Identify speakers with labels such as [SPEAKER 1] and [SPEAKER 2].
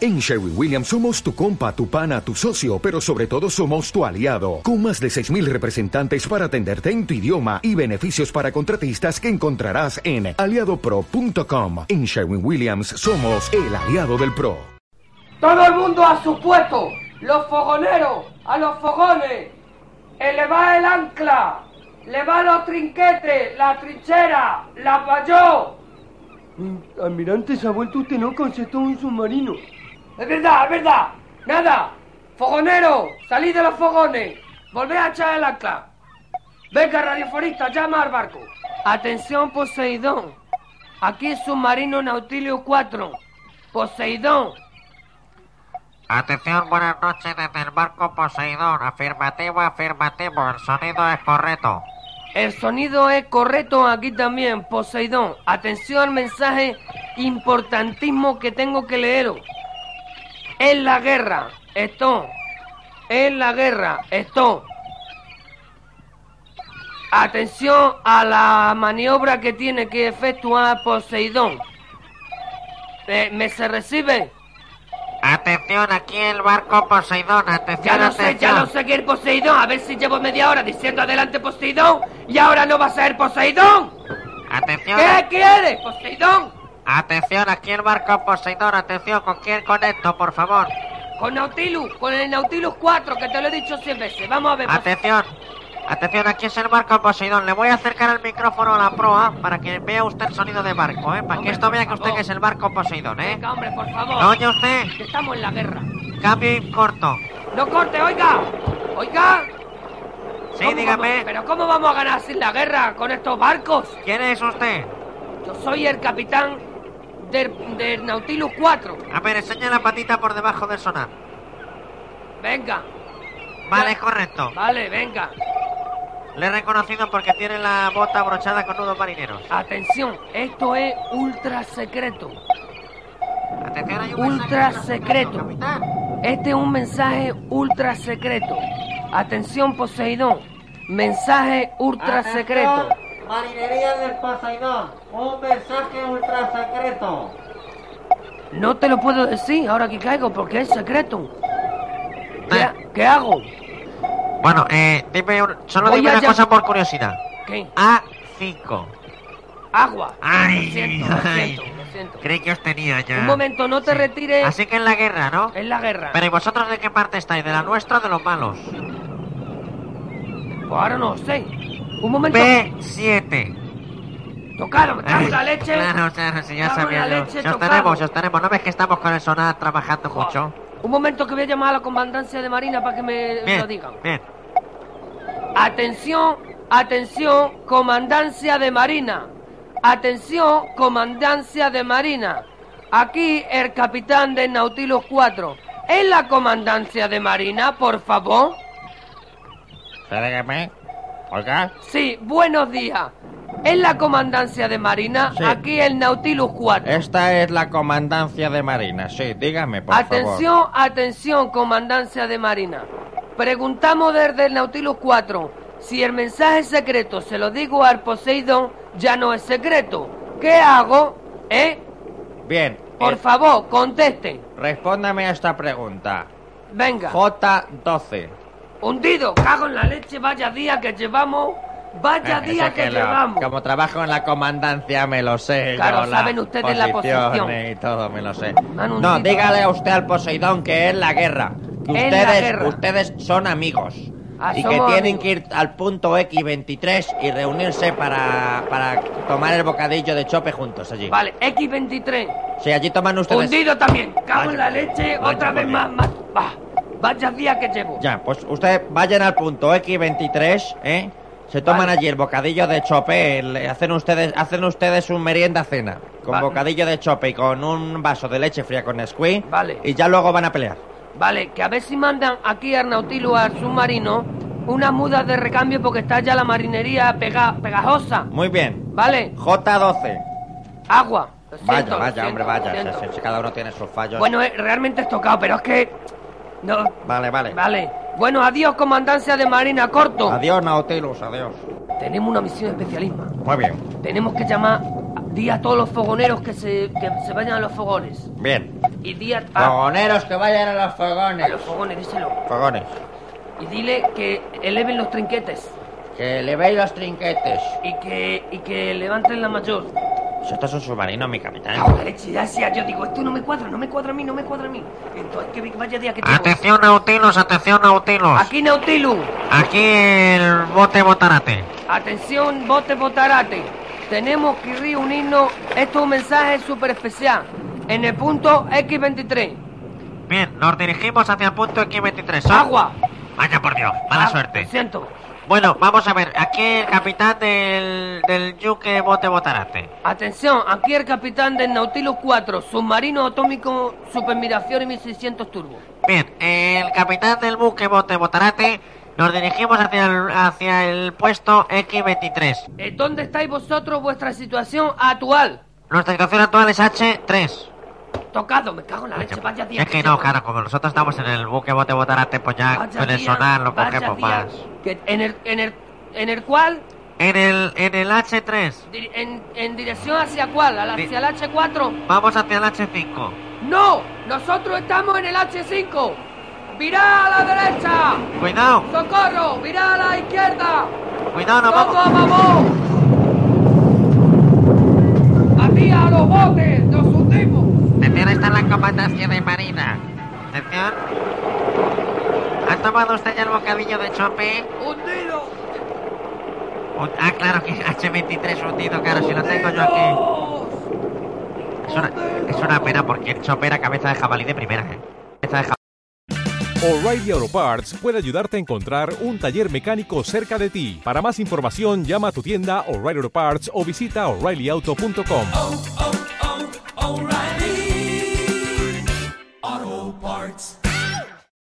[SPEAKER 1] En Sherwin Williams somos tu compa, tu pana, tu socio, pero sobre todo somos tu aliado, con más de 6.000 representantes para atenderte en tu idioma y beneficios para contratistas que encontrarás en aliadopro.com. En Sherwin Williams somos el aliado del PRO.
[SPEAKER 2] Todo el mundo a su puesto, los fogoneros, a los fogones, eleva el ancla, eleva los trinquetes, la trinchera, la falló.
[SPEAKER 3] Mm, Almirante, se ha vuelto usted loco, se está un submarino.
[SPEAKER 2] Es verdad, es verdad. Nada. Fogonero, salid de los fogones. Volved a echar el ancla. Venga, radiofonista, llama al barco. Atención, Poseidón. Aquí submarino Nautilus 4. Poseidón.
[SPEAKER 4] Atención, buenas noches desde el barco Poseidón. Afirmativo, afirmativo. El sonido es correcto.
[SPEAKER 2] El sonido es correcto aquí también, Poseidón. Atención al mensaje importantísimo que tengo que leeros. En la guerra, esto. En la guerra, esto. Atención a la maniobra que tiene que efectuar Poseidón. Eh, ¿Me se recibe?
[SPEAKER 4] Atención, aquí el barco Poseidón. Atención,
[SPEAKER 2] Ya lo sé,
[SPEAKER 4] atención.
[SPEAKER 2] ya lo sé que es Poseidón. A ver si llevo media hora diciendo adelante Poseidón y ahora no va a ser Poseidón.
[SPEAKER 4] Atención,
[SPEAKER 2] ¿Qué quieres, Poseidón?
[SPEAKER 4] atención, aquí el barco Poseidón. Atención, ¿con quién conecto, por favor?
[SPEAKER 2] Con Nautilus, con el Nautilus 4, que te lo he dicho 100 veces. Vamos a ver. Poseidón.
[SPEAKER 4] Atención, atención, aquí es el barco Poseidón. Le voy a acercar el micrófono a la proa para que vea usted el sonido de barco, ¿eh? Para
[SPEAKER 2] Hombre,
[SPEAKER 4] que esto vea
[SPEAKER 2] por
[SPEAKER 4] que usted
[SPEAKER 2] favor.
[SPEAKER 4] que es el barco Poseidón, ¿eh?
[SPEAKER 2] Venga, hombre, por favor.
[SPEAKER 4] ¿No oye usted?
[SPEAKER 2] Que estamos en la guerra.
[SPEAKER 4] Cambio y corto.
[SPEAKER 2] No corte, oiga. Oiga.
[SPEAKER 4] Sí,
[SPEAKER 2] ¿Cómo
[SPEAKER 4] dígame.
[SPEAKER 2] vamos- Pero ¿cómo vamos a ganar sin la guerra con estos barcos?
[SPEAKER 4] ¿Quién es usted?
[SPEAKER 2] Yo soy el capitán del, del Nautilus 4.
[SPEAKER 4] A ver, enseña la patita por debajo del sonar.
[SPEAKER 2] Venga.
[SPEAKER 4] Vale, es correcto.
[SPEAKER 2] Vale, venga.
[SPEAKER 4] Le he reconocido porque tiene la bota abrochada con nudos marineros.
[SPEAKER 2] Atención, esto es ultra secreto.
[SPEAKER 4] Atención, hay un
[SPEAKER 2] Ultra
[SPEAKER 4] mensaje de
[SPEAKER 2] secreto.
[SPEAKER 4] capitán.
[SPEAKER 2] Este es un mensaje ultra secreto. Atención, Poseidón. Mensaje
[SPEAKER 4] Ah,
[SPEAKER 2] ultra secreto.
[SPEAKER 4] Marinería del Poseidón. Un mensaje ultra secreto.
[SPEAKER 2] No te lo puedo decir ahora que caigo porque es secreto. ¿Qué, ha-
[SPEAKER 4] Ah.
[SPEAKER 2] qué hago?
[SPEAKER 4] Bueno, eh, dime un- solo
[SPEAKER 2] Voy
[SPEAKER 4] dime una
[SPEAKER 2] allá.
[SPEAKER 4] cosa por curiosidad.
[SPEAKER 2] ¿Qué?
[SPEAKER 4] A5.
[SPEAKER 2] Agua.
[SPEAKER 4] Ay,
[SPEAKER 2] lo siento, lo
[SPEAKER 4] ay.
[SPEAKER 2] siento, lo siento.
[SPEAKER 4] Creí que os tenía ya.
[SPEAKER 2] Un momento, no te
[SPEAKER 4] Sí.
[SPEAKER 2] retires.
[SPEAKER 4] Así que en la guerra, ¿no?
[SPEAKER 2] Es la guerra.
[SPEAKER 4] Pero ¿y vosotros de qué parte estáis? ¿De la nuestra o de los malos?
[SPEAKER 2] Pues ahora no sé. Un momento.
[SPEAKER 4] B7.
[SPEAKER 2] Tocado, me cago en la
[SPEAKER 4] Ay,
[SPEAKER 2] leche.
[SPEAKER 4] Claro, claro, si ya
[SPEAKER 2] Cago en
[SPEAKER 4] sabía
[SPEAKER 2] la
[SPEAKER 4] yo.
[SPEAKER 2] leche,
[SPEAKER 4] Si os
[SPEAKER 2] tocado.
[SPEAKER 4] tenemos, si os tenemos. ¿No ves que estamos con el sonar trabajando
[SPEAKER 2] Buah.
[SPEAKER 4] mucho?
[SPEAKER 2] Un momento que voy a llamar a la comandancia de Marina para que me lo
[SPEAKER 4] Bien,
[SPEAKER 2] digan.
[SPEAKER 4] bien.
[SPEAKER 2] Atención, atención, comandancia de Marina. Atención, comandancia de Marina. Aquí el capitán de Nautilus 4. ¿Es la comandancia de Marina, por favor?
[SPEAKER 5] Dígame. Oiga,
[SPEAKER 2] Sí, buenos días. ¿Es la comandancia de Marina?
[SPEAKER 5] Sí.
[SPEAKER 2] Aquí el Nautilus 4.
[SPEAKER 5] esta es la comandancia de Marina. Sí, dígame, por
[SPEAKER 2] atención, atención, comandancia de Marina. Preguntamos desde el Nautilus 4 si el mensaje secreto se lo digo al Poseidón, ya no es secreto. ¿Qué hago? ¿Eh?
[SPEAKER 5] favor. Bien.
[SPEAKER 2] Por
[SPEAKER 5] eh,
[SPEAKER 2] favor, contesten.
[SPEAKER 5] respóndame a esta pregunta.
[SPEAKER 2] Venga.
[SPEAKER 5] J12.
[SPEAKER 2] Hundido, cago en la leche, vaya día que llevamos, vaya
[SPEAKER 5] Eh,
[SPEAKER 2] día
[SPEAKER 5] eso
[SPEAKER 2] que,
[SPEAKER 5] lo-
[SPEAKER 2] llevamos.
[SPEAKER 5] como trabajo en la comandancia, me lo sé.
[SPEAKER 2] Claro,
[SPEAKER 5] yo, las
[SPEAKER 2] saben ustedes la posición.
[SPEAKER 5] posiciones Y todo, me lo sé.
[SPEAKER 2] Me han hundido.
[SPEAKER 5] No, dígale a usted al Poseidón que es la guerra. Que
[SPEAKER 2] Es
[SPEAKER 5] ustedes,
[SPEAKER 2] la guerra.
[SPEAKER 5] ustedes son amigos.
[SPEAKER 2] Ah,
[SPEAKER 5] y que
[SPEAKER 2] somos
[SPEAKER 5] tienen
[SPEAKER 2] amigos.
[SPEAKER 5] que ir al punto X23 y reunirse para, para tomar el bocadillo de chope juntos allí.
[SPEAKER 2] Vale, X23.
[SPEAKER 5] Si allí toman ustedes.
[SPEAKER 2] Hundido también, cago en
[SPEAKER 5] Vaya,
[SPEAKER 2] la leche,
[SPEAKER 5] vaya,
[SPEAKER 2] otra vez
[SPEAKER 5] por
[SPEAKER 2] más,
[SPEAKER 5] Dios.
[SPEAKER 2] más. bah, vaya día que llevo.
[SPEAKER 5] Ya, pues ustedes vayan al punto X23, ¿eh? Se toman
[SPEAKER 2] Vale.
[SPEAKER 5] allí el bocadillo de chope, le hacen ustedes, hacen ustedes un merienda cena con
[SPEAKER 2] Vale.
[SPEAKER 5] bocadillo de chope y con un vaso de leche fría con Nesquik.
[SPEAKER 2] Vale.
[SPEAKER 5] Y ya luego van a pelear.
[SPEAKER 2] Vale, que a ver si mandan aquí a Nautilus al submarino una muda de recambio porque está ya la marinería pega- pegajosa.
[SPEAKER 5] Muy bien.
[SPEAKER 2] Vale,
[SPEAKER 5] J12.
[SPEAKER 2] agua. Lo
[SPEAKER 5] vaya,
[SPEAKER 2] siento, lo
[SPEAKER 5] vaya,
[SPEAKER 2] siento,
[SPEAKER 5] hombre,
[SPEAKER 2] lo
[SPEAKER 5] vaya.
[SPEAKER 2] siento.
[SPEAKER 5] Si- si cada uno tiene sus fallos.
[SPEAKER 2] Bueno, eh, realmente es tocado, pero es que. No.
[SPEAKER 5] vale, vale.
[SPEAKER 2] Vale. Bueno, adiós, comandancia de Marina Corto.
[SPEAKER 5] Adiós, Nautilus, adiós.
[SPEAKER 2] Tenemos una misión especialísima.
[SPEAKER 5] Muy bien.
[SPEAKER 2] Tenemos que llamar a, di a todos los fogoneros que se, que se vayan a los fogones.
[SPEAKER 5] Bien.
[SPEAKER 2] y di a... a-
[SPEAKER 5] Fogoneros que vayan a los
[SPEAKER 2] Ah. a
[SPEAKER 5] fogones.
[SPEAKER 2] los fogones, díselo.
[SPEAKER 5] Fogones.
[SPEAKER 2] Y dile que eleven los trinquetes
[SPEAKER 5] Que le veis los trinquetes.
[SPEAKER 2] y que, y que levanten la mayor.
[SPEAKER 5] Esto es un submarino, mi capitán.
[SPEAKER 2] Ahora, leche, ya sea, ah, yo digo, esto no me cuadra, no me cuadra a mí, no me cuadra a mí. Entonces, que vaya día que tengo.
[SPEAKER 4] Atención, Nautilus, atención, Nautilus.
[SPEAKER 2] Aquí Nautilus,
[SPEAKER 4] Aquí el bote botarate.
[SPEAKER 2] atención, bote botarate. Tenemos que reunirnos, esto es un mensaje súper especial, en el punto X23.
[SPEAKER 4] Bien, nos dirigimos hacia el punto X23. ¿eh?
[SPEAKER 2] Agua.
[SPEAKER 4] Vaya por Dios, mala
[SPEAKER 2] Ah,
[SPEAKER 4] suerte.
[SPEAKER 2] Lo siento.
[SPEAKER 4] Bueno, vamos a ver. Aquí el capitán del, del yuque bote botarate.
[SPEAKER 2] Atención, aquí el capitán del Nautilus 4, submarino atómico Supermiración y 1600 turbo.
[SPEAKER 4] Bien, el capitán del buque bote botarate. Nos dirigimos hacia el, hacia el puesto X23.
[SPEAKER 2] Eh, ¿Dónde estáis vosotros, vuestra situación actual?
[SPEAKER 4] Nuestra situación actual es H3.
[SPEAKER 2] Tocado, me cago en la leche, vaya día.
[SPEAKER 4] Es que no,
[SPEAKER 2] tengo.
[SPEAKER 4] claro, como nosotros estamos en el buque bote botarate, pues ya
[SPEAKER 2] Vaya
[SPEAKER 4] con el
[SPEAKER 2] día,
[SPEAKER 4] sonar lo
[SPEAKER 2] vaya
[SPEAKER 4] cogemos
[SPEAKER 2] día.
[SPEAKER 4] más.
[SPEAKER 2] Que en, el, en, el, en el cual,
[SPEAKER 4] En el, en el H3.
[SPEAKER 2] dir- en, en dirección hacia cuál, ¿Al-
[SPEAKER 4] Di-
[SPEAKER 2] hacia el H4.
[SPEAKER 4] Vamos hacia el H5.
[SPEAKER 2] No, nosotros estamos en el H5. Virá a la derecha.
[SPEAKER 4] Cuidado,
[SPEAKER 2] Socorro, virá a la izquierda.
[SPEAKER 4] cuidado, nos
[SPEAKER 2] Todos
[SPEAKER 4] vamos.
[SPEAKER 2] a babón. Aquí a los botes, nos hundimos.
[SPEAKER 4] Atención, está la comandancia de Marina. Atención. ¿Ha tomado usted ya el bocadillo de chope?
[SPEAKER 2] Hundido.
[SPEAKER 4] Un- Ah, claro que H23 hundido, claro, si lo tengo yo aquí. Es una, es una pena porque el chope era cabeza de jabalí de primera, eh. Cabeza de jabalí.
[SPEAKER 6] O'Reilly Auto Parts puede ayudarte a encontrar un taller mecánico cerca de ti. Para más información, llama a tu tienda O'Reilly Auto Parts o visita oreillyauto.com.
[SPEAKER 7] oh, oh, O'Reilly. Auto Parts.